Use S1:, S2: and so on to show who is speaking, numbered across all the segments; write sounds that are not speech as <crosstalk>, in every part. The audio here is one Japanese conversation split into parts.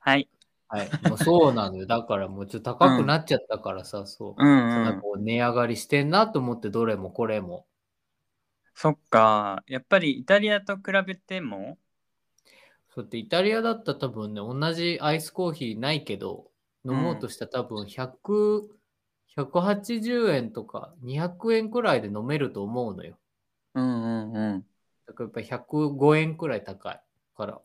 S1: はい。もうそうなのよ。だからもうちょっと高くなっちゃったからさ、そう。
S2: う
S1: そん
S2: んう。
S1: なんこう値上がりしてんなと思ってどれもこれも。
S2: そっか。やっぱりイタリアと比べても
S1: そうやってイタリアだったら多分ね、同じアイスコーヒーないけど、飲
S2: う
S1: もうと
S2: ん。
S1: したら多分100、180円とか200円くらいで飲めると思うのよ。
S2: うんうんうん。
S1: だからやっぱ105円くらい高いから。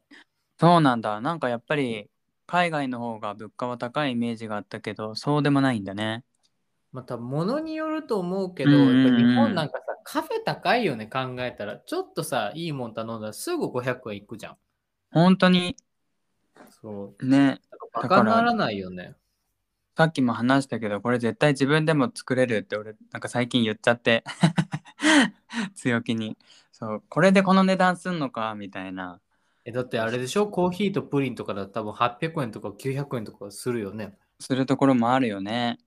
S2: そうなんだ。なんかやっぱ
S1: そう
S2: り海外の方が物価は高いイメージがあったけど、そうでもないんだね。
S1: また物によると思うけ
S2: うん
S1: ど、やっぱ日
S2: うんう。
S1: 本なんんかさ、カフェ高いよね、考えたら。ちょっとさ、いいもん頼んだらすぐ500円いくじゃん。
S2: 本当に
S1: そう。
S2: ね。
S1: なんかバ
S2: だ
S1: カ
S2: か
S1: な
S2: ら
S1: らないよね。
S2: さっきも話したけど、これ絶対自分でも作れるって俺、なんか最近言っちゃって。 <laughs> 強気に。そう、これでこの値段すんのか、みたいな。
S1: え、だってあれでしょコーヒーとプリンとかだと多分800円とか900円とかするよね。
S2: するところもあるよね。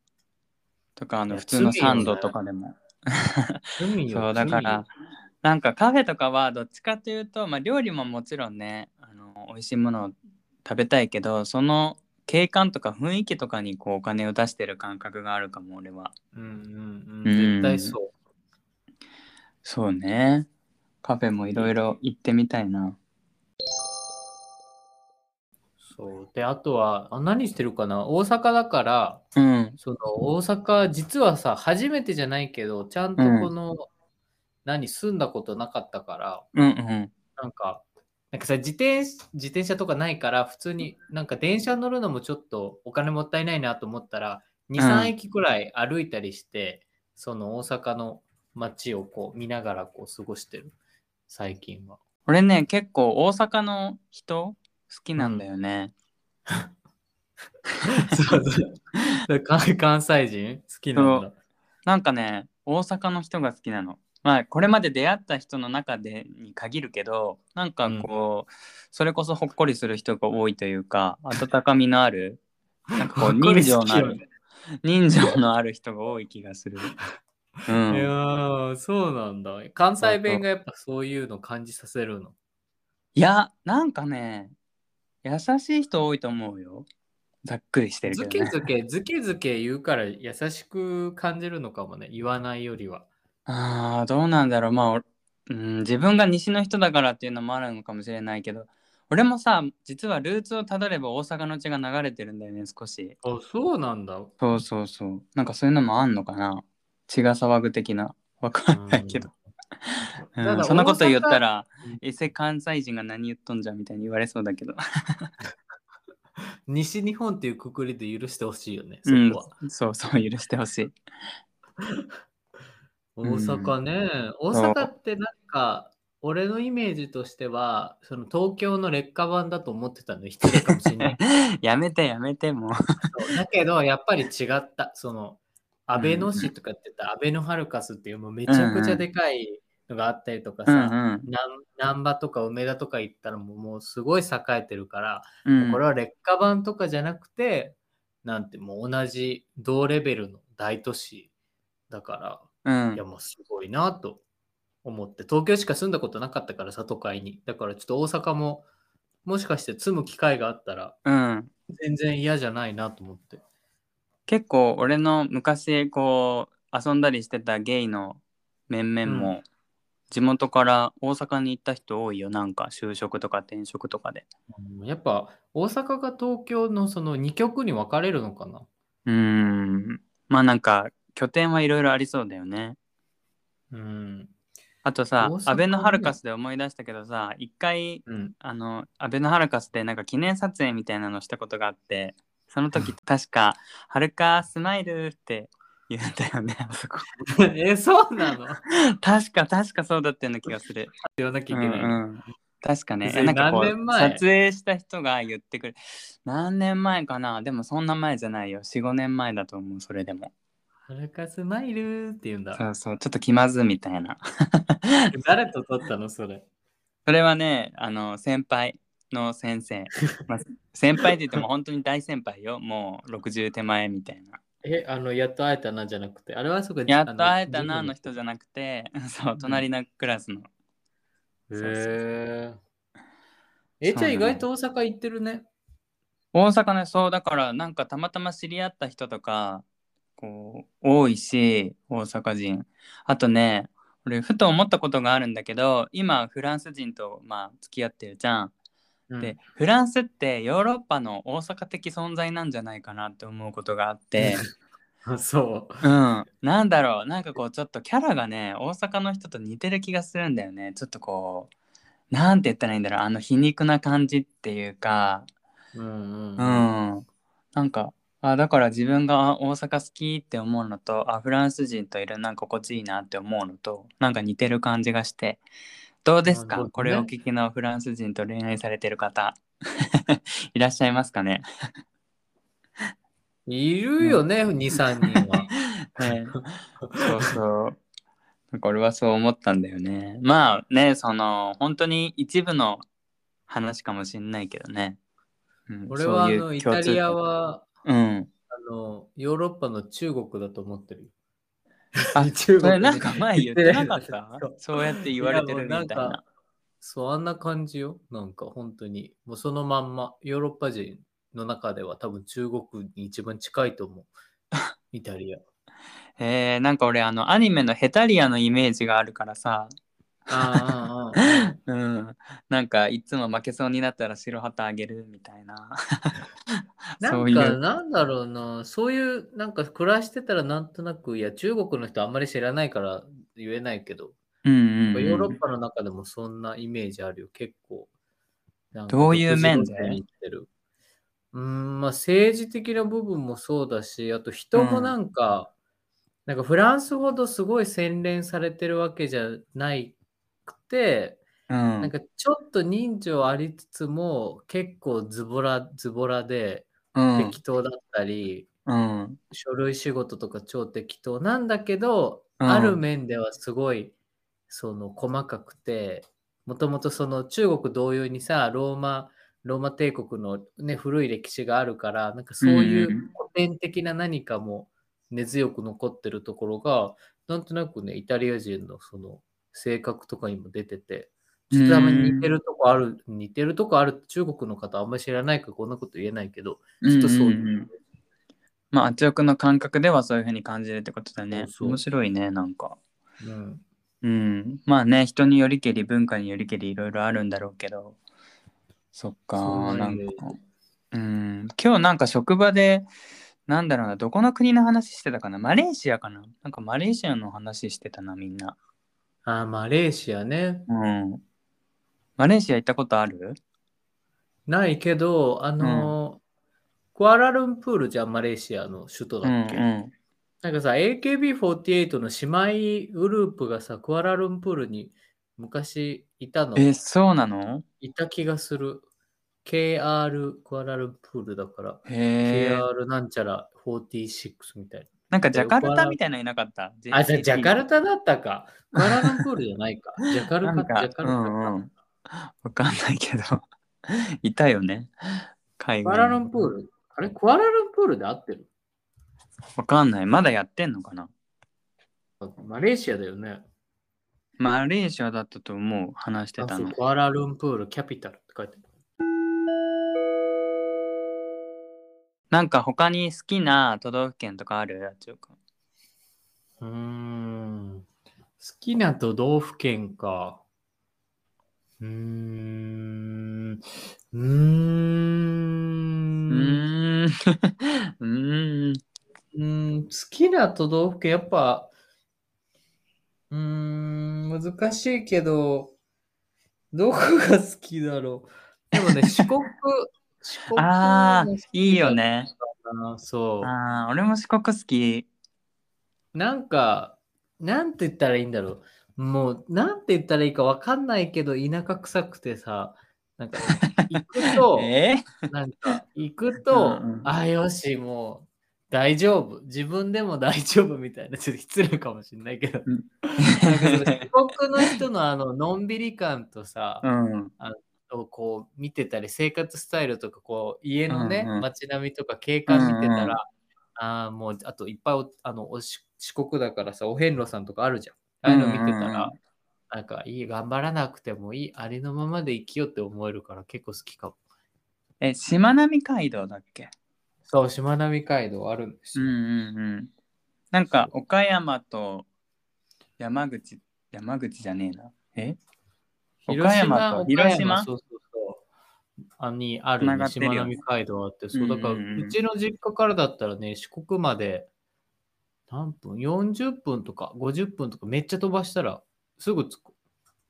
S2: とか、あ
S1: い
S2: の、
S1: や、
S2: 普通の
S1: 罪
S2: サ
S1: よ
S2: ン
S1: ね。
S2: ドとかでも。
S1: 罪よ、
S2: そう、だか
S1: 罪よ。
S2: ら、なんかカフェとかはどっちかというと、まあ料理ももちろんね、あの、美味しいものを食べたいけど、その景観とか雰囲気とかにこうお金を出してる感覚があるかも、俺は。
S1: うんうん
S2: う
S1: うん、絶対
S2: ん、
S1: そう。
S2: そうね。カフェもいろい
S1: で、
S2: ろ行ってみたいな。
S1: そう。で、あとは、あ、何してるかな大阪だから、
S2: うん、
S1: その大阪、実はさ、初めてじゃないけど、ちゃん
S2: う
S1: とこ
S2: ん、
S1: の、何、住んだことなかったから、
S2: うん、うん。
S1: なんか、なんかさ、自転、自転車とかないから、普通になんか電車乗るのもちょっとお金もったいないなと思ったら、
S2: う
S1: 2、3
S2: ん
S1: 駅くらい歩いたりして、その大阪の街をこう見ながらこう過ごしてる、最近は。
S2: 俺ね、結構大阪の人好き
S1: う
S2: なんだ
S1: ん。
S2: よね。
S1: そうそう。だ関 <laughs> 関西人好きなん
S2: そう
S1: だ。
S2: なんかね、大阪の人が好きなの。まあ、これまで出会った人の中でに限るけど、なん
S1: う
S2: か
S1: ん。
S2: こう、それこそほっこりする人が多いというか、温かみのあ
S1: <laughs>
S2: る、なんかこ
S1: ほ
S2: う、
S1: <laughs> っこり
S2: 人
S1: 好
S2: 情の
S1: き
S2: あ
S1: よ
S2: る、
S1: ね。
S2: 人情のある人が多い気が
S1: <laughs>
S2: する。う
S1: いや
S2: ん。
S1: ー、そうなんだ。関
S2: そう
S1: 西
S2: そ
S1: 弁
S2: う。
S1: がやっぱそういうの感じさせるの。
S2: いや、なんかね、優しい人多いと思うよ。ざっくりしてる
S1: ず
S2: けど
S1: け
S2: ね。
S1: ずけ、ずけずけ言うから優しく感じるのかもね、言わないよりは。
S2: ああ、どうなんだろう。まあ、おうん、自分が西の人だからっていうのもあるのかもしれないけど、俺もさ、実はルーツをたどれば大阪の血が流れてるんだよね、少し。
S1: あ、そうなん
S2: <laughs>
S1: だ。
S2: そうそうそう。なんかそういうのもあんのかな。血が騒ぐ的な。わ
S1: う
S2: かんないけ
S1: ん。
S2: ど。 <laughs> う
S1: た
S2: ん、
S1: だ、
S2: そんな
S1: 大
S2: こと言った
S1: 阪、
S2: ら、
S1: うん
S2: 伊勢関西人が何言っとんじゃみたいに言われそうだけど。
S1: 西日本っていうくくりで許してほしいよね、
S2: う
S1: そこ
S2: ん、
S1: は。
S2: <laughs> そうそう、許してほしい。う
S1: 大
S2: ん、
S1: 阪ね、大
S2: そ
S1: 阪
S2: う。
S1: ってなんか、俺のイメージとしては、その東京の劣化版だと思ってたの、失礼かもしれないけど。
S2: <laughs> やめて、やめて、もう。 <laughs>
S1: そうだけど、やっぱり違った。その、
S2: う
S1: 安倍
S2: ん、
S1: の市とかって言ったら、安倍のハルカスっていう、もうめ
S2: う
S1: ちゃく
S2: ん、
S1: ち
S2: う
S1: ゃ
S2: ん、
S1: でかいのがあったりとか
S2: うん、
S1: さ、
S2: うん、
S1: なん難波とか梅田とか行ったらもう、もうすごい栄えてるから、
S2: う
S1: もうこれ
S2: ん。
S1: は劣化版とかじゃなくて、なんてもう同じ同レベルの大都市だから、
S2: う
S1: いや
S2: ん
S1: もうすごいなと思って、東京しか住んだことなかったからさ、都会に。だからちょっと大阪も、もしかして住む機会があったら、
S2: うん
S1: 全然嫌じゃないなと思って。
S2: 結構俺の昔こう遊んだりしてたゲイの面
S1: う
S2: 々
S1: ん。
S2: も地元から大阪に行った人多いよなんか就職とか転職とかで
S1: うんやっぱ大阪が東京のその2極に分かれるのかな。
S2: うーんまあなんか拠点はいろいろありそうだよね
S1: うん。
S2: あと
S1: 大
S2: さ、安倍のハル
S1: 阪
S2: カ
S1: ね。
S2: スで思い出したけどさ、一回、
S1: うん。
S2: あの、安倍のハルカスでなんか記念撮影みたいなのしたことがあって、その時確か、ハルカスマイルって言うんだよね、あ
S1: <laughs>
S2: そこ。
S1: <laughs> え、そう
S2: <laughs>
S1: なの
S2: 確か、確かそうだったような気がする。
S1: 言わなきゃ
S2: う
S1: いけないの。
S2: んうん。確かね、
S1: そ
S2: え、
S1: れ
S2: なんか
S1: 何
S2: こう、
S1: 年
S2: 撮
S1: 前
S2: 影した人が言ってくる。何年前かなでもそんな前じゃないよ。4、5年前だと思う、それでも。
S1: ハルカスマイルって言うんだ。
S2: そうそう、ちょっと気まずみたいな。
S1: 誰と撮ったのそれ。
S2: それはね、あの、先輩の先
S1: <laughs>
S2: 生。まあ、先輩って言っても本当に大先輩よ。もう60手前みたいな。
S1: え、あの、やっと会えたなじゃなくて、あれはそこ、
S2: やっ
S1: あ
S2: と
S1: の、
S2: 会えた
S1: ジ
S2: な
S1: ム
S2: の
S1: の
S2: 人
S1: 人。
S2: じゃなくて、そう、
S1: うん。
S2: 隣のクラスの。そうそう。
S1: へえ。え、
S2: そ
S1: じゃ
S2: う
S1: あ
S2: なの
S1: 意外
S2: よ。
S1: と大阪行ってるね。
S2: 大阪ね、そう、だから、なんかたまたま知り合った人とか、こう、多いし、大阪人。あとね、俺、ふと思ったことがあるんだけど、今、フランス人と、まあ、付き合ってるじゃん。
S1: うん
S2: で、フランスってヨーロッパの大阪的存在なんじゃないかなって思うことがあ
S1: <laughs>
S2: って、
S1: あそう。
S2: うん、なんだろう、なんかこう、ちょっとキャラがね、大阪の人と似てる気がするんだよね。ちょっとこう、なんて言ったらいいんだろう、あの皮肉な感じっていうか、
S1: うんうん
S2: う。ん、なんかあだから自分があ大阪好きって思うのとあフランス人といるなんか心地いいなって思うのとなんか似てる感じがしてどうです
S1: な
S2: か、
S1: るほどね
S2: これをお聞きのフランス人と恋愛されてる方 <laughs> いらっしゃいますかね、
S1: いるよね、2、3
S2: <laughs>
S1: 人は。
S2: ねそうそうなんか俺はそう思ったんだよねまあねその本当に一部の話かもしんないけどね、うん
S1: 俺はあ
S2: そういう
S1: のイ
S2: 共
S1: タ
S2: 通点
S1: リアは
S2: うん
S1: あのヨーロッパの中国だと思ってるよ。
S2: あ
S1: 中
S2: それ
S1: 国
S2: なんか前言ってなかった
S1: そう
S2: そうやって言われてるみたい
S1: いやもうなん
S2: な
S1: か。そう、あんな感じよ。なんか本当に。もうそのまんま、ヨーロッパ人の中では多分中国に一番近いと
S2: <laughs>
S1: 思う。イタリア。
S2: えー、なんか俺あのアニメのヘタリアのイメージがあるからさ、
S1: ああああ、あ
S2: うん、なんかいつも負けそうになったら白旗あげるみたいな。
S1: あ <laughs> な
S2: そうんい
S1: か、
S2: う。
S1: なんだろうな。そういう、なんか暮らしてたらなんとなく、いや、中国の人あんまり知らないから言えないけど、
S2: うんうん
S1: ヨーロ
S2: う
S1: ッ
S2: ん、
S1: パの中でもそんなイメージあるよ、結構。なんか
S2: どういう面で
S1: 独自路線に行ってるうーん、まあ政治的な部分もそうだし、あと人もなんか、なんかフランスほどすごい洗練されてるわけじゃないくて、
S2: うん
S1: なんかちょっと人情ありつつも、結構ズボラ、ズボラで
S2: うん
S1: 適当だったり、
S2: うん
S1: 書類仕事とか超適当なんだけど、
S2: うん
S1: ある面ではすごいその細かくてもともとその中国同様にさローマローマ帝国の、ね、古い歴史があるからなんかそういう
S2: うん
S1: 古典的な何かも根強く残ってるところがなんとなくねイタリア人のその性格とかにも出ててちょっとあんまり似てるとこある似てるとこある中国の方あんまり知らないからこんなこと言えないけどちょっとそういう。
S2: んんんまあ圧力の感覚ではそういうふうに感じるってことだね。
S1: そうそう
S2: 面白いねなんか。
S1: うん
S2: うん、まあね人によりけり文化によりけりいろいろあるんだろうけどそっか
S1: そう
S2: な
S1: なんん
S2: か
S1: だよ
S2: うん今日なんか職場でなんだろうなどこの国の話してたかなマレーシアかななんかマレーシアの話してたなみんな
S1: あー、マレーシアね。
S2: うんマレーシア行ったことある
S1: ないけど、あのー、クアラルンプールじゃんマレーシアの首都
S2: う
S1: だ
S2: ん
S1: っけ、
S2: うん
S1: なんかさ、AKB48 の姉妹グループがさ、クアラルンプールに昔いたの、
S2: えそうなの
S1: いた気がする。KR、クアラルンプールだから、
S2: へえ
S1: KR なんちゃら46みたい
S2: なんかジャカルタみたいなのいなかった
S1: な。あ、じゃあジャカ
S2: ル
S1: ルタだったか。クアラルンプールじゃないか。ジャカル
S2: <laughs> な
S1: タ、
S2: ん
S1: ジャ
S2: か
S1: カル
S2: う
S1: タ。
S2: んうんわかんないけど <laughs> いたよね海
S1: ク
S2: 外
S1: アラルンプールあれ、クアラルンプールで合ってる
S2: わかんない。まだやってんのかな
S1: マレーシアだよね。
S2: マレーシアだったと思う。話してた
S1: あ
S2: の
S1: そう。クアラルンプールキャピタルって書いてある。
S2: なんか他に好きな都道府県とかあるやつよか。
S1: うーん。好きな都道府県か。うーん。うー。
S2: うんーん。 <laughs> うーん。
S1: うーん好きな都道府県、やっぱ、うーん、難しいけど、どこが好きだろう。でもね、四国、四国
S2: ああ
S1: も好きだ、
S2: いいよね。
S1: な。そう。
S2: ああ、俺も四国好き。
S1: なんか、なんて言ったらいいんだろう。もう、なんて言ったらいいかわかんないけど、田舎臭くてさ、な
S2: <laughs>
S1: んか、行くと、
S2: え
S1: なんか、行くと、
S2: うんうん
S1: ああ、よし、もう、大丈夫。自分でも大丈夫みたいな、ちょっと失礼かもしれないけど、
S2: うん <laughs>
S1: なんかその四国の人のあの、のんびり感とさ、
S2: うん。
S1: をこう見てたり生活スタイルとかこう家のね、
S2: うんうん
S1: 街並みとか景観見て
S2: う
S1: たら、
S2: んうん
S1: ああもうあといっぱいおあのおし四国だからさお遍路さんとかあるじゃんああいうの見てたら、
S2: うんうんうん
S1: なんかいい頑張らなくてもいいありのままで生きようって思えるから結構好きかも
S2: え、しまなみ海道だっけ
S1: そう、しまなみ海道あるんです
S2: うん
S1: よ。
S2: うんうん。なんか、岡山と山口、山口じゃねえな。え岡山と広島
S1: そうそうそう。あにあ
S2: 繋
S1: る、
S2: が
S1: ね、
S2: って
S1: し
S2: るよ
S1: ま
S2: ね
S1: なみ海道あって、そう、だから、
S2: うんうんうん
S1: うちの実家からだったらね、四国まで何分 ?40 分とか50分とかめっちゃ飛ばしたらすぐ着く。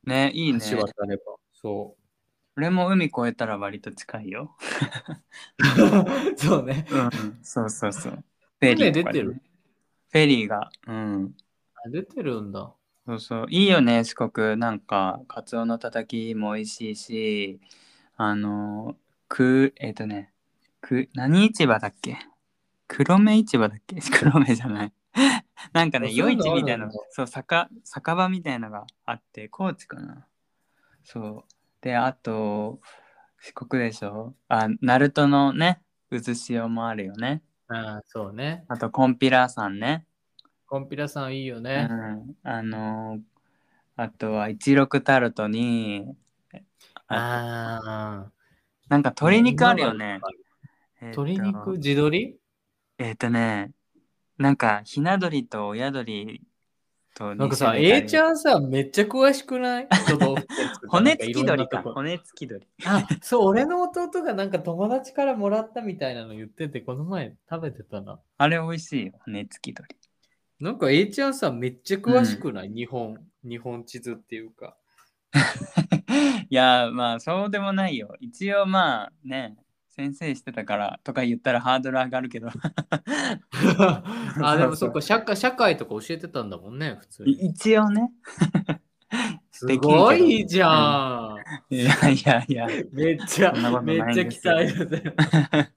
S2: ね、いいね。
S1: 橋渡れば。そ
S2: <laughs> 俺も海越えたら割と近いよ。
S1: う。そうね。
S2: うん、そうそうそう。フェ
S1: 船
S2: リー
S1: 出
S2: とか
S1: てる
S2: ね。フェリーが。うん。
S1: あ出てるんだ。
S2: そうそう。いいよね、四国。なんか、カツオのたたきも美味しいし、あの、く、えっ、とね、く、何市場だっけ黒目市場だっけ <laughs> 黒目じゃない。なんかね、
S1: あそう
S2: 夜
S1: いうの
S2: 市みたい
S1: ある
S2: なん
S1: だ、
S2: そう、酒、酒場みたいなのがあって、高知かな。そう。で、あと、四国でしょあ、ナルトのね、渦潮もあるよね。
S1: ああ、そうね。
S2: あと、コンピラーさんね。
S1: コンピラさんいいよ
S2: う
S1: ね。
S2: ん、あのあとは一六タルトにあ
S1: ああ。
S2: なんか鶏肉あるよね。えーと
S1: 鶏肉自撮り
S2: えっ、とねなんかひな鳥と親鳥と
S1: なんかさ、
S2: 二種類あ
S1: A
S2: る
S1: ちゃんさ、めっちゃ詳し
S2: <laughs>
S1: くない都道府県とか
S2: 骨付き鳥か
S1: なんいろんなとこ
S2: 骨付き鳥
S1: あ、そう、俺の弟がなんか友達からもらったみたいなの言ってて、この前食べてたな。
S2: あれ美味しいよ骨付き鳥
S1: なんか A ちゃんさ、めっちゃ詳しくない、日本、日本地図っていうか。
S2: <laughs> いやーまあそうでもないよ一応まあね先生してたからとか言ったらハードル上がるけど
S1: <laughs> あ、でもそっか、社会、社会とか教えてたんだもんね、普通
S2: い
S1: に。
S2: <laughs> 一応ね <laughs>
S1: す
S2: できんけど
S1: ごいじゃん。
S2: いやいやいや
S1: めっちゃ
S2: そんなこ、と
S1: め
S2: ないん
S1: っちゃ
S2: で
S1: 期
S2: すよ
S1: 待だね。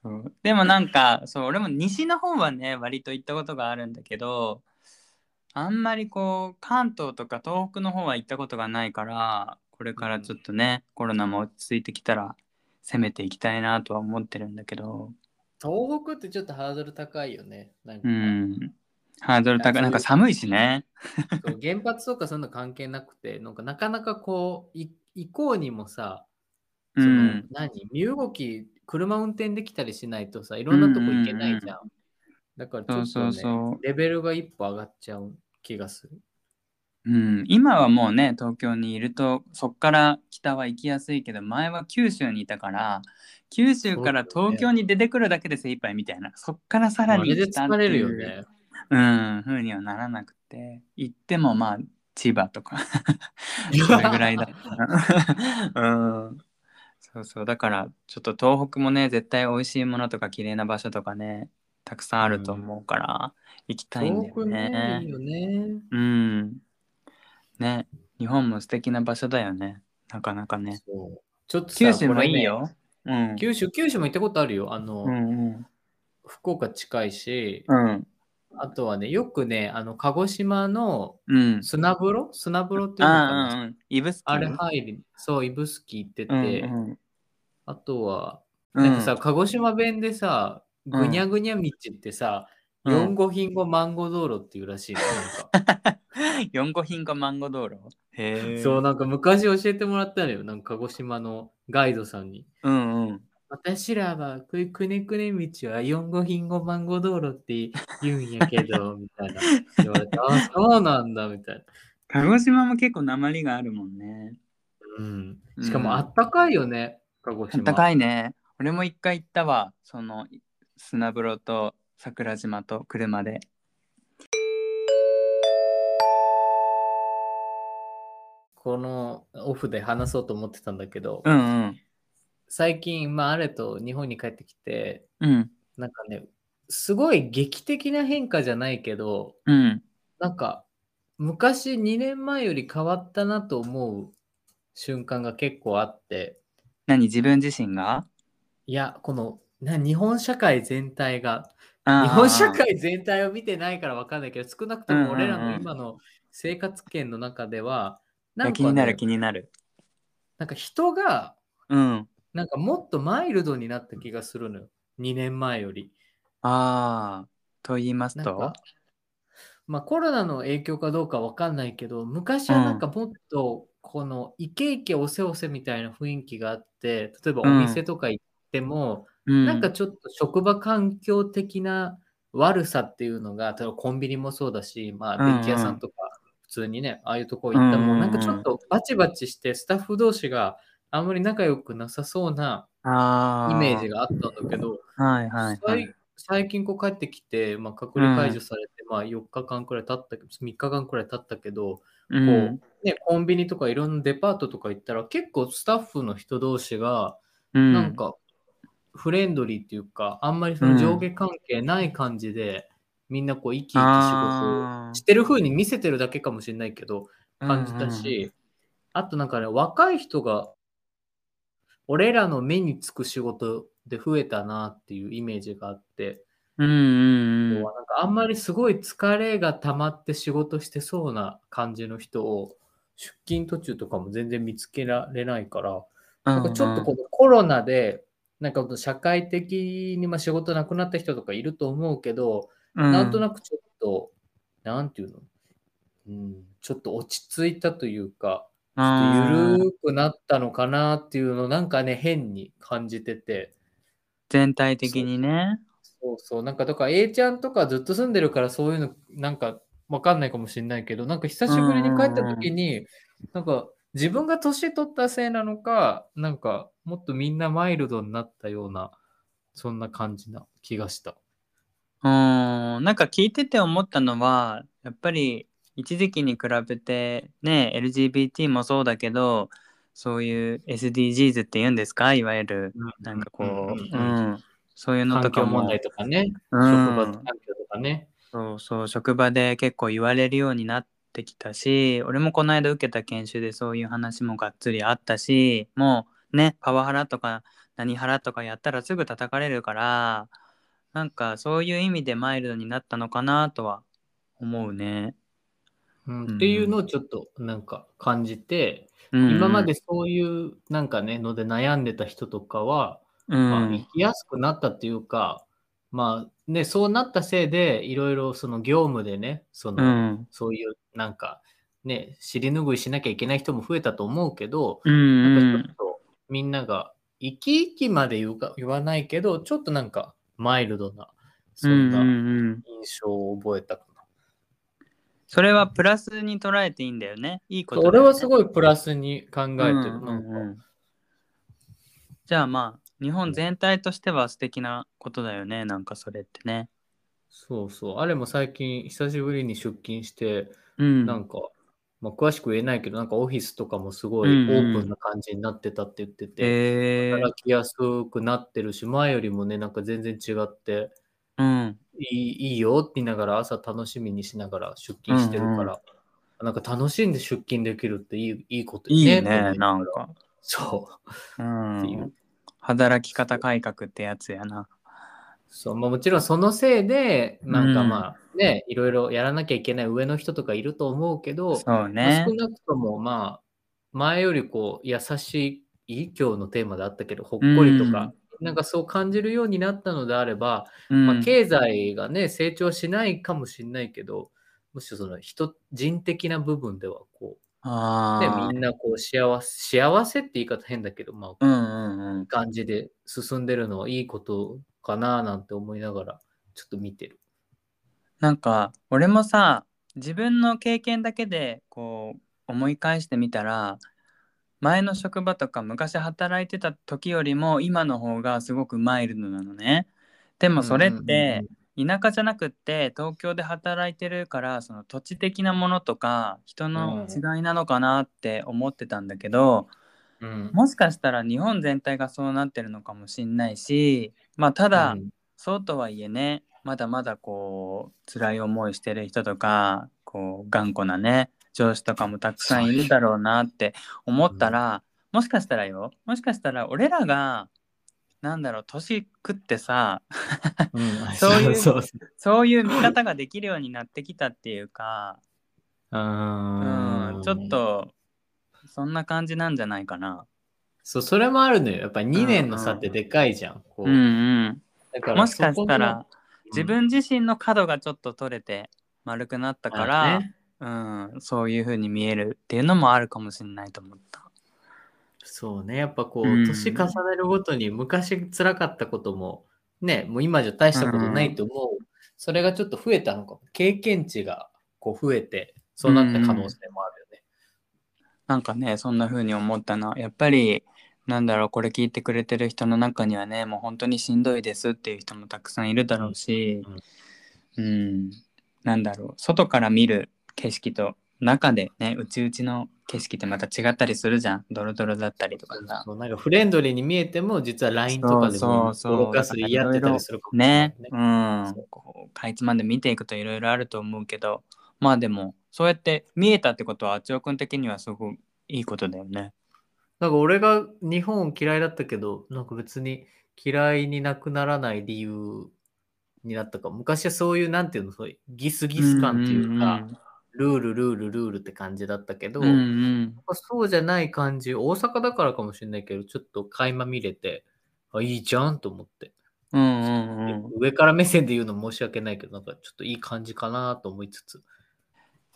S2: そうでもなんかそう俺も西の方はね割と行ったことがあるんだけどあんまりこう関東とか東北の方は行ったことがないからこれからちょっとね、コロナも落ち着いてきたら攻めていきたいなとは思ってるんだけど
S1: 東北ってちょっとハードル高いよね。なんか
S2: うんハードル
S1: いやそうい
S2: 高
S1: う
S2: いなんか寒いしね
S1: そう原発とかそういうの関係なくて、なんかなかなかこう、い行こうにもさ、
S2: う
S1: その、
S2: ん
S1: 何身動き、車運転できたりしないとさ、いろんなとこ行けないじゃん。だからちょっと、
S2: そう
S1: ね、
S2: そうそう、
S1: レベルが一歩上がっちゃう気がする。
S2: うん、今はもうね東京にいるとそっから北は行きやすいけど前は九州にいたから九州から東京に出てくるだけで精一杯みたいなそっからさら
S1: あ
S2: に
S1: れで
S2: 北って
S1: 疲
S2: いう
S1: れるよね。
S2: うん、ふうにはならなくて、行ってもまあ、千葉
S1: <laughs>
S2: とか、それぐらいだったな。うん。そうそう、だから、ちょっと東北もね、絶対美味しいものとか、綺麗な場所とかね、たくさんあると思うから、行きたいんだ
S1: 遠
S2: よ
S1: くね、いい
S2: ね。
S1: よね。
S2: うん。ね、日本も素敵な場所だよね。なかなかね。
S1: そうちょっとさ
S2: 九州も
S1: これ
S2: い
S1: ね
S2: いよ。うん。
S1: 九州、九州も行ったことあるよ。あの、
S2: うんうん。
S1: 福岡近いし、
S2: うん。
S1: あとはね、よくね、あの、鹿児島の
S2: うん。
S1: 砂風呂砂風呂っていうのかな
S2: ああ、うんうん。イブスキー
S1: あれ入り、そう、指宿行ってて、
S2: うん
S1: あとは、
S2: うん。
S1: なんかさ、鹿児島弁でさ、
S2: うん
S1: ぐにゃぐにゃ道ってさ、
S2: うん
S1: 四五品語マンゴ道路っていうらしいのなんか
S2: 四個品かマンゴー道路 <laughs> へえ。
S1: そう、なんか昔教えてもらったのよ、なんか鹿児島のガイドさんに。
S2: うんうん。
S1: 私らはくくねくね道は四五品語マンゴ道路って言うんやけ
S2: <laughs>
S1: ど、みたいな。言われて、あ、そうなんだ、みたいな。
S2: 鹿児島も結構鉛があるもんね。
S1: うん、
S2: うん
S1: しかもあったかいよね、鹿児島。
S2: 高
S1: い。
S2: いね。俺も一回行ったわ。その砂風呂と桜島と車で。
S1: このオフで話そうと思ってたんだけど、
S2: うんうん。
S1: 最近、まあ、あれと日本に帰ってきて、
S2: うん。
S1: なんかね、すごい劇的な変化じゃないけど、
S2: うん。
S1: なんか、昔2年前より変わったなと思う瞬間が結構あって、
S2: 何自分自身が
S1: いや、この、な日本社会全体が、
S2: あー
S1: 日本社会全体を見てないからわかんないけど、少なくとも俺ら
S2: うんうん
S1: の
S2: うん
S1: 今の生活圏の中では、
S2: い
S1: な
S2: や
S1: ん
S2: 気
S1: か
S2: にな
S1: ね
S2: る気になる。
S1: なんか人が、
S2: うん。
S1: なんかもっとマイルドになった気がするのよ。2年前より。
S2: ああ。と言います
S1: なん
S2: と、
S1: かまあコロナの影響かどうかわかんないけど、昔はなんかもっとこのイケイケおせおせみたいな雰囲気があって、例えばお店とか行っても、
S2: うん、
S1: なんかちょっと職場環境的な悪さっていうのが、例えばコンビニもそうだし、ま
S2: うんうん
S1: あ電気屋さんとか、普通にね、ああいうとこ行ったらも
S2: うん
S1: う
S2: うんう
S1: なんんかちょっとバチバチして、スタッフ同士があんまり仲良くなさそうな
S2: あ
S1: イメージ
S2: が。
S1: があったんだけど、
S2: はいはい、はい
S1: 最。最近こう帰ってきて、まあ、隔離解除されて、まあ4日間くらい経った、3日間くらい経ったけど、
S2: う
S1: こうんね、コンビニとかいろんなデパートとか行ったら結構スタッフの人同士が
S2: うん、
S1: なんかフレンドリーっていうか、あんまりその上下関係ない感じで、みんなこう生き生き仕事
S2: あ
S1: を
S2: ー
S1: してる風に見せてるだけかもしれないけど感じたし、あとなんかね若い人が俺らの目につく仕事で増えたなっていうイメージがあって、
S2: うんうんうん
S1: こうなんかあんまりすごい疲れが溜まって仕事してそうな感じの人を出勤途中とかも全然見つけられないから、なんかちょっとこのコロナで、なんかこの社会的にまあ仕事なくなった人とかいると思うけど、
S2: うんうん、
S1: なんと
S2: く
S1: なくちょっと、なんていうの、うん、ちょっと落ち着いたというか、ちょっとゆるーくなったのかなっていうのをなんかね、変に感じてて。
S2: 全体的にね。
S1: そうそう、なんかだから A ちゃんとかずっと住んでるからそういうのなんかわかんないかもしれないけど、なんか久しぶりに帰った時に、なんか自分が年取ったせいなのか、なんかもっとみんなマイルドになったような、そんな感じな気がした。
S2: うん、なんか聞いてて思ったのはやっぱり一時期に比べてね LGBT もそうだけどそういう SDGs って言うんですかいわゆるなんかこう、
S1: うん
S2: うんそういうのと
S1: 環
S2: か
S1: 境
S2: も
S1: 問題とかね、
S2: うん
S1: 職場環境とかね。
S2: そうそう職場で結構言われるようになってきたし俺もこの間受けた研修でそういう話もがっつりあったしもうねパワハラとか何ハラとかやったらすぐ叩かれるからなんかそういう意味でマイルドになったのかなとは思うね。
S1: うん
S2: うん
S1: っていうのをちょっとなんか感じて、
S2: うん
S1: 今まで、そういうなんかね、ので悩んでた人とかは、
S2: うん
S1: まあ、生きやすくなったっていうか、まあね、そうなったせいで、いろいろその業務でね、その、
S2: うん
S1: そういうなんか、ね、尻拭いしなきゃいけない人も増えたと思うけど、
S2: うんう
S1: なんかちょ
S2: ん
S1: っとみんなが生き生きまで言うか言わないけど、ちょっとなんかマイルドな、そん
S2: うんう
S1: な
S2: う
S1: ん
S2: ん
S1: 印象を覚えたかな。
S2: それはプラスに捉えていいんだよね。いいことだよね、
S1: 俺はすごいプラスに考えてる。なん
S2: うんうんう
S1: か
S2: んじゃあまあ日本全体としては素敵なことだよねなんかそれってね。
S1: そうそう。あれも最近久しぶりに出勤して、
S2: うん、
S1: なんか、まあ、詳しく言えないけど、なんかオフィスとかもすごいオ
S2: うんうん
S1: ープンな感じになってたって言ってて、
S2: えー
S1: 働きやすくなってるし、前よりもね、なんか全然違って、
S2: うん、
S1: いいいいよって言いながら、朝楽しみにしながら出勤してるから、
S2: うんう
S1: なんか楽しんで出勤できるっていいいいこと
S2: いいね
S1: と思って
S2: なんか、
S1: そう。
S2: う、
S1: っていうん
S2: 働き方改革ってやつやな。
S1: そうまあ、もちろんそのせいで、なんか
S2: うん
S1: まあね、いろいろやらなきゃいけない上の人とかいると思うけど、
S2: そう
S1: まあ
S2: ね
S1: 少。なくともまあ前よりこう優しい今日のテーマであったけどほっこりとか、なんかそう感じるようになったのであれば、
S2: うん
S1: まあ、経済がね成長しないかもしれないけどむしろその人人的な部分ではこう、ね、
S2: あー
S1: みんなこう幸せ幸せって言い方変だけどま
S2: う
S1: あ
S2: んうんうん、
S1: 感じで進んでるのはいいことかななんて思いながらちょっと見てる。
S2: なんか俺もさ自分の経験だけでこう思い返してみたら前の職場とか昔働いてた時よりも今の方がすごくマイルドなのね。でもそれって田舎じゃなくって東京で働いてるからその土地的なものとか人の違いなのかなって思ってたんだけど
S1: うんうんうん、うん
S2: もしかしたら日本全体がそうなってるのかもしんないしまあただ、
S1: うん
S2: そうとはいえねまだまだこう辛い思いしてる人とかこう頑固なね上司とかもたくさんいるだろうなって思ったら、もしかしたらよもしかしたら俺らがなんだろう年食ってさ
S1: うん
S2: そういう
S1: <laughs> そうそう
S2: そういう見方ができるようになってきたっていうか、
S1: う
S2: うん
S1: ん
S2: ちょっとそんな感じなんじゃないかな。
S1: そう、それもあるのよ。やっぱり2年の差
S2: うんう
S1: っ
S2: ん
S1: てでかいじゃん。こ
S2: う
S1: う
S2: ん
S1: だか
S2: うん、
S1: ら
S2: もしか
S1: そこ
S2: し
S1: の
S2: たら自分自身の角がちょっと取れて丸くなったか
S1: な
S2: ら、
S1: るほどね
S2: うん、そういう風に見えるっていうのもあるかもしれないと思った。
S1: そうね、やっぱこう、
S2: うん
S1: 年重ねるごとに昔辛かったことも、ね、もう今じゃ大したことないと思う。それがちょっと増えたのかも。経験値がこう増えて、そうなった可能性もあるよね。
S2: なんかね、そんな風に思ったな。やっぱり、なんだろう、これ聞いてくれてる人の中にはね、もう本当にしんどいですっていう人もたくさんいるだろうし、うん、なんだろう、外から見る景色と中でね、うちうちの景色ってまた違ったりするじゃん。ドロドロだったりとかさ。
S1: そうなんかフレンドリーに見えても、実は LINE と
S2: そう
S1: かでも
S2: そうそう
S1: 愚かすりやってたりするかもしれない
S2: ね、うん
S1: そう、
S2: こうかいつまんで見ていくといろいろあると思うけど、まあでも、そうやって見えたってことは、あちおくん的にはすごくいいことだよね。
S1: なんか俺が日本嫌いだったけど、なんか別に嫌いになくならない理由になったかも。昔はそういう、なんていうの、そういうギスギス感っていうか、ルール、ルール、ルールって感じだったけど、
S2: うんうん、うんうん
S1: そうじゃない感じ、大阪だからかもしれないけど、ちょっと垣間見れて、あ、いいじゃんと思って。
S2: うんうんうん、
S1: 上から目線で言うの申し訳ないけど、なんかちょっといい感じかなと思いつつ。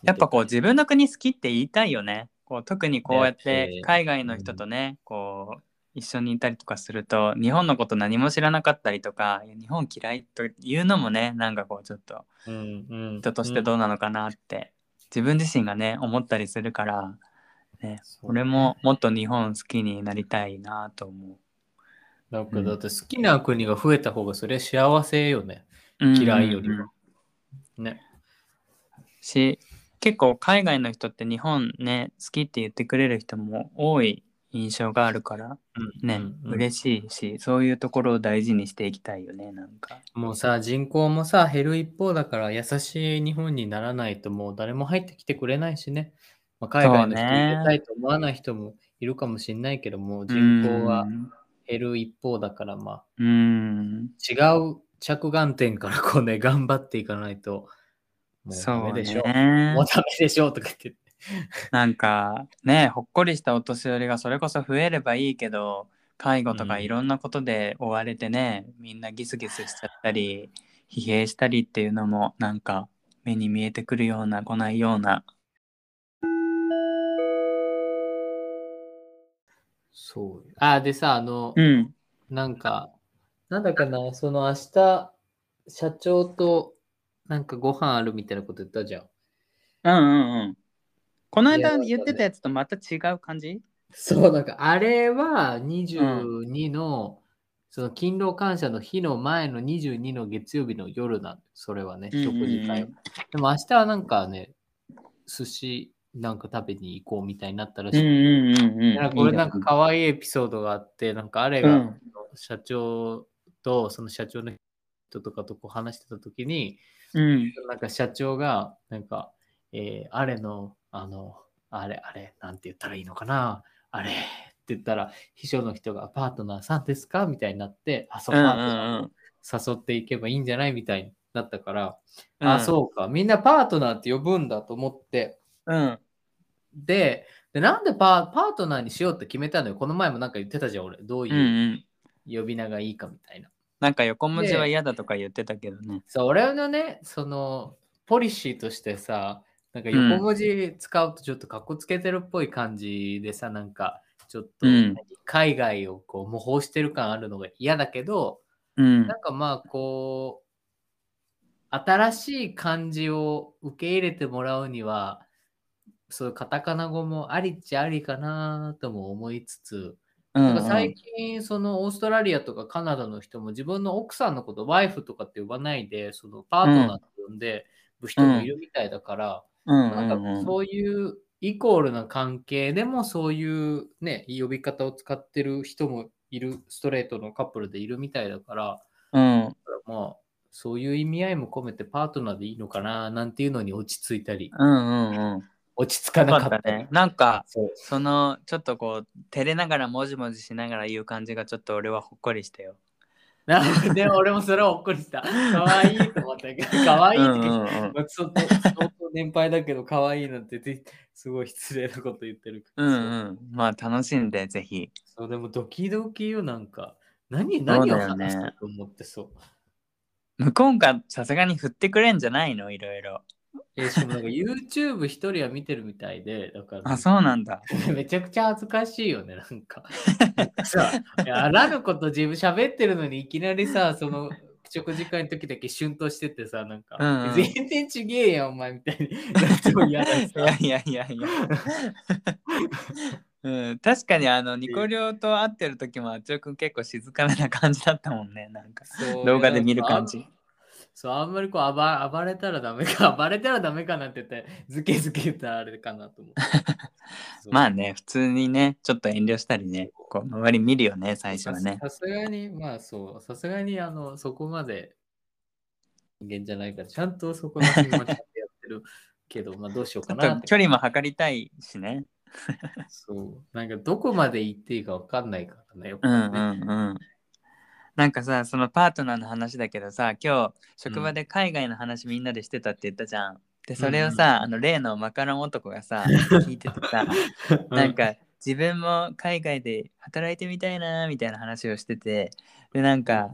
S2: やっぱこう自分の国好きって言いたいよね。こう特にこうやっ
S1: ね
S2: て海外の人とね、こう一緒にいたりとかすると日本のこと何も知らなかったりとかいや日本嫌いというのもねなんかこうちょっと
S1: うんうん、
S2: 人としてどうなのかなって、自分自身がね思ったりするから、ね、
S1: そう
S2: 俺ももっと日本好きになりたいなと思
S1: なんかだって好きな国が増えた方がそれは幸せよね。
S2: う。
S1: 嫌いより
S2: うんうんうん
S1: は。ね。
S2: し結構海外の人って日本ね好きって言ってくれる人も多い印象があるからね、
S1: うんうん
S2: 嬉しいしそういうところを大事にしていきたいよねなんか
S1: もうさ、人口もさ、減る一方だから、優しい日本にならないと、もう誰も入ってきてくれないしね。まあ、海外の人
S2: そう
S1: に
S2: ね
S1: 入れたいと思わない人もいるかもしれないけども、人口は減る一方だから、まあ、
S2: うんうん
S1: 違う着眼点からこうね、頑張っていかないと、もうダ
S2: そ
S1: メ
S2: う
S1: でしょ。
S2: ね
S1: もうダメでしょとか言って。
S2: なんかねほっこりしたお年寄りがそれこそ増えればいいけど介護と
S1: う
S2: か
S1: ん
S2: いろんなことで追われてね、みんなギスギスしちゃったり疲弊したりっていうのもなんか目に見えてくるような来ないような
S1: そう。あ、でさ、あの、
S2: うん
S1: なんか、なんだかな、その明日、社長となんかご飯あるみたいなこと言ったじゃん。
S2: うんうんうん。この
S1: いや
S2: 間
S1: なんかね
S2: 言ってたやつとまた違う感じ
S1: そう、なんかあれは22の、その勤労感謝の日の前の22の月曜日の夜なんで、それはね、
S2: うんうん
S1: 食
S2: うん
S1: 事会は。でも明日はなんかね、寿司なんか食べに行こうみたいになったらしい。
S2: んうん
S1: なんかこれなんか可愛いエピソードがあって、なんかあれ
S2: う
S1: が
S2: ん
S1: 社長とその社長の人とかとこう話してた時に、
S2: うん。
S1: なんか社長が、なんか、えーあれの、あの、あれ、あれ、なんて言ったらいいのかな、あれって言ったら、秘書の人がパートナーさんですかみたいになって、あ、そう、
S2: うんうん
S1: パ
S2: う
S1: ートナー
S2: ん
S1: を誘っていけばいいんじゃないみたいになったから、
S2: うん。
S1: あ、そうか、みんなパートナーって呼ぶんだと思って、
S2: うん。うん
S1: で、でなんでパパートナーにしようって決めたのよ。この前もなんか言ってたじゃん、俺。どう
S2: う。
S1: いうん呼び名がいいかみたいな。
S2: なんか横文字は嫌だとか言ってたけどね。
S1: そう、俺のね、その、ポリシーとしてさ、なんか横文字使うとちょっとかっこつけてるっぽい感じでさ、なんかちょっと
S2: うん
S1: 海外をこう模倣してる感あるのが嫌だけど、
S2: うん
S1: なんかまあこう、新しい漢字を受け入れてもらうには、そういうカタカナ語もありっちゃありかなとも思いつつ、
S2: うん
S1: なん
S2: う
S1: か最
S2: ん。
S1: 近、そのオーストラリアとかカナダの人も自分の奥さんのこと、ワイフとかって呼ばないで、そのパートナーって呼んでる人もいるみたいだから、
S2: うん
S1: なんか
S2: うんうん。
S1: そういうイコールな関係でもそういうね、呼び方を使ってる人もいる、ストレートのカップルでいるみたいだから、
S2: うん
S1: まあ、そういう意味合いも込めてパートナーでいいのかななんていうのに落ち着いたり、
S2: うんうんうん。
S1: 落ち着か
S2: よ
S1: な
S2: か
S1: か
S2: っ
S1: ったたり。
S2: ね。なんか、
S1: そう
S2: その、ちょっとこう、照れながらもじもじしながら言う感じがちょっと俺はほっこりしたよ。
S1: なで俺もそれはほっこりした。かわいいと思ったけど、かわいいって
S2: うんうんうん
S1: <laughs> まあ、相当相当年配だけど可愛いなんてぜすごい失礼なこと言ってるけ
S2: うん
S1: ど
S2: うん。まあ楽しんで、ぜひ。
S1: そうでもドキドキよなんか何
S2: そう
S1: 何を
S2: だよね
S1: 話したと思ってそう
S2: 向こうがさすがに振ってくれんじゃないのいろいろ。
S1: えしかも
S2: <laughs>
S1: なんか YouTube 一人は見てるみたいで、だから、
S2: あ、そうなんだ。
S1: <laughs> めちゃくちゃ恥ずかしいよね、なん
S2: <laughs>
S1: か。なんかさ、いやあらぬこと自分喋ってるのにいきなりさ、その食事会の時だけ旬としててさ、なんか、
S2: うんうん
S1: 全然ちげえやん、お前みたいに <laughs> なっても嫌だし
S2: い
S1: さ
S2: や。いやいやい <laughs> や。うん、確かにあのニコリョと会ってる時もあっちょく結構静かめな感じだったもんねなんか
S1: そう
S2: 動画で見る感じ。
S1: そう、あんまりこう暴暴れたらダメか、 <laughs> 暴れたらダメかなって言って、ずけずけ言ったらあれかなと
S2: <laughs>
S1: 思う。そう
S2: まあね普通にねちょっと遠慮したりねこう周り見るよね最初はね
S1: さすさすがに、まあそう、さすがにあのそこまで人間じゃないから、ちゃんとそこの辺までやってる
S2: <laughs>
S1: けど、まあどうしよう
S2: ちょ
S1: か
S2: っ
S1: なっ
S2: と
S1: て。
S2: 距離も測りたいしね
S1: そう。なんかどこまで行っていいかわかんないからね。やっ
S2: う
S1: ぱ
S2: んう
S1: ね
S2: んうんなんかさそのパートナーの話だけどさ今日職場で海外の話みんなでしてたって言ったじゃん、でそれをさ、あの例のマカロン男がさ聞いててさなん、か自分も海外で働いてみたいなみたいな話をしててでなんか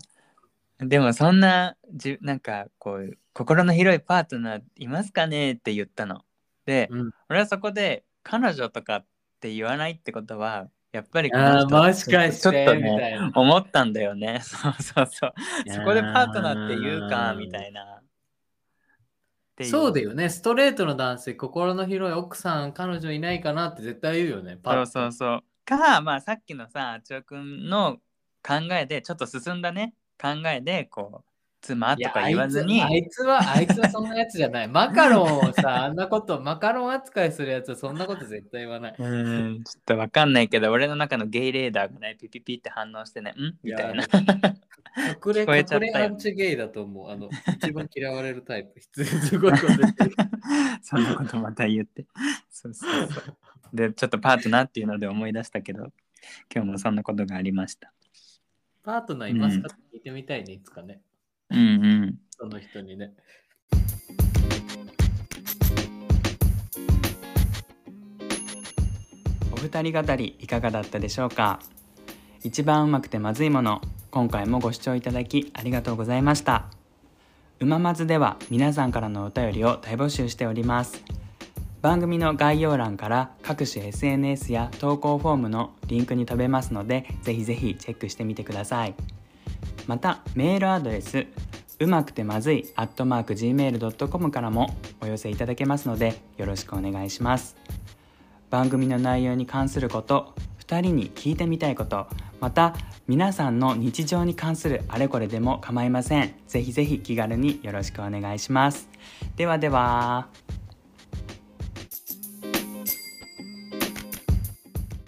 S2: でもそんなじなんかこう心の広いパートナーいますかねって言ったの。で、
S1: うん
S2: 俺はそこで彼女とかって言わないってことはやっぱりこの
S1: <laughs> ああ、
S2: 人
S1: もしかして、
S2: ちょっと
S1: み
S2: ね
S1: たいな。
S2: 思ったんだよね。 <laughs> そうそうそう。そこでパートナーって言うか
S1: うん
S2: みたいな。ってい
S1: そうだよね。ストレートの男性、心の広い奥さん、彼女いないかなって絶対言うよね。パッ
S2: そ
S1: と
S2: うそうそう。か、まあさっきのさ、あちおくんの考えで、ちょっと進んだね、考えで、こう、妻
S1: い
S2: と
S1: や
S2: か言わずに、
S1: あいつあいつは、あいつはそんなやつじゃない。マカロンをさ、あんなこと、マカロン扱いするやつはそんなこと絶対言わない。
S2: うん、ちょっとわかんないけど、俺の中のゲイレーダーがね、ピピピって反応してね、ん <laughs> みたいな。
S1: 隠れ、
S2: 聞こえちゃ
S1: 隠
S2: ったよ
S1: れアンチゲイだと思う。あの、一番嫌われるタイプ。すごいこと言って
S2: <laughs>
S1: る
S2: そんなことまた言って。そうそうそう。で、ちょっとパートナーっていうので思い出したけど、今日もそんなことがありました。
S1: パートナーいますかって聞いてみたいね、いつかね。
S2: うんうん。
S1: その人にね。
S2: お二人語りいかがだったでしょうか一番うまくてまずいもの今回もご視聴いただきありがとうございましたうままずでは皆さんからのお便りを大募集しております番組の概要欄から各種 SNS や投稿フォームのリンクに飛べますのでぜひぜひチェックしてみてくださいまたメールアドレスうまくてまずい gmail.com からもお寄せいただけますのでよろしくお願いします番組の内容に関すること2人に聞いてみたいことまた皆さんの日常に関するあれこれでも構いませんぜひぜひ気軽によろしくお願いしますではでは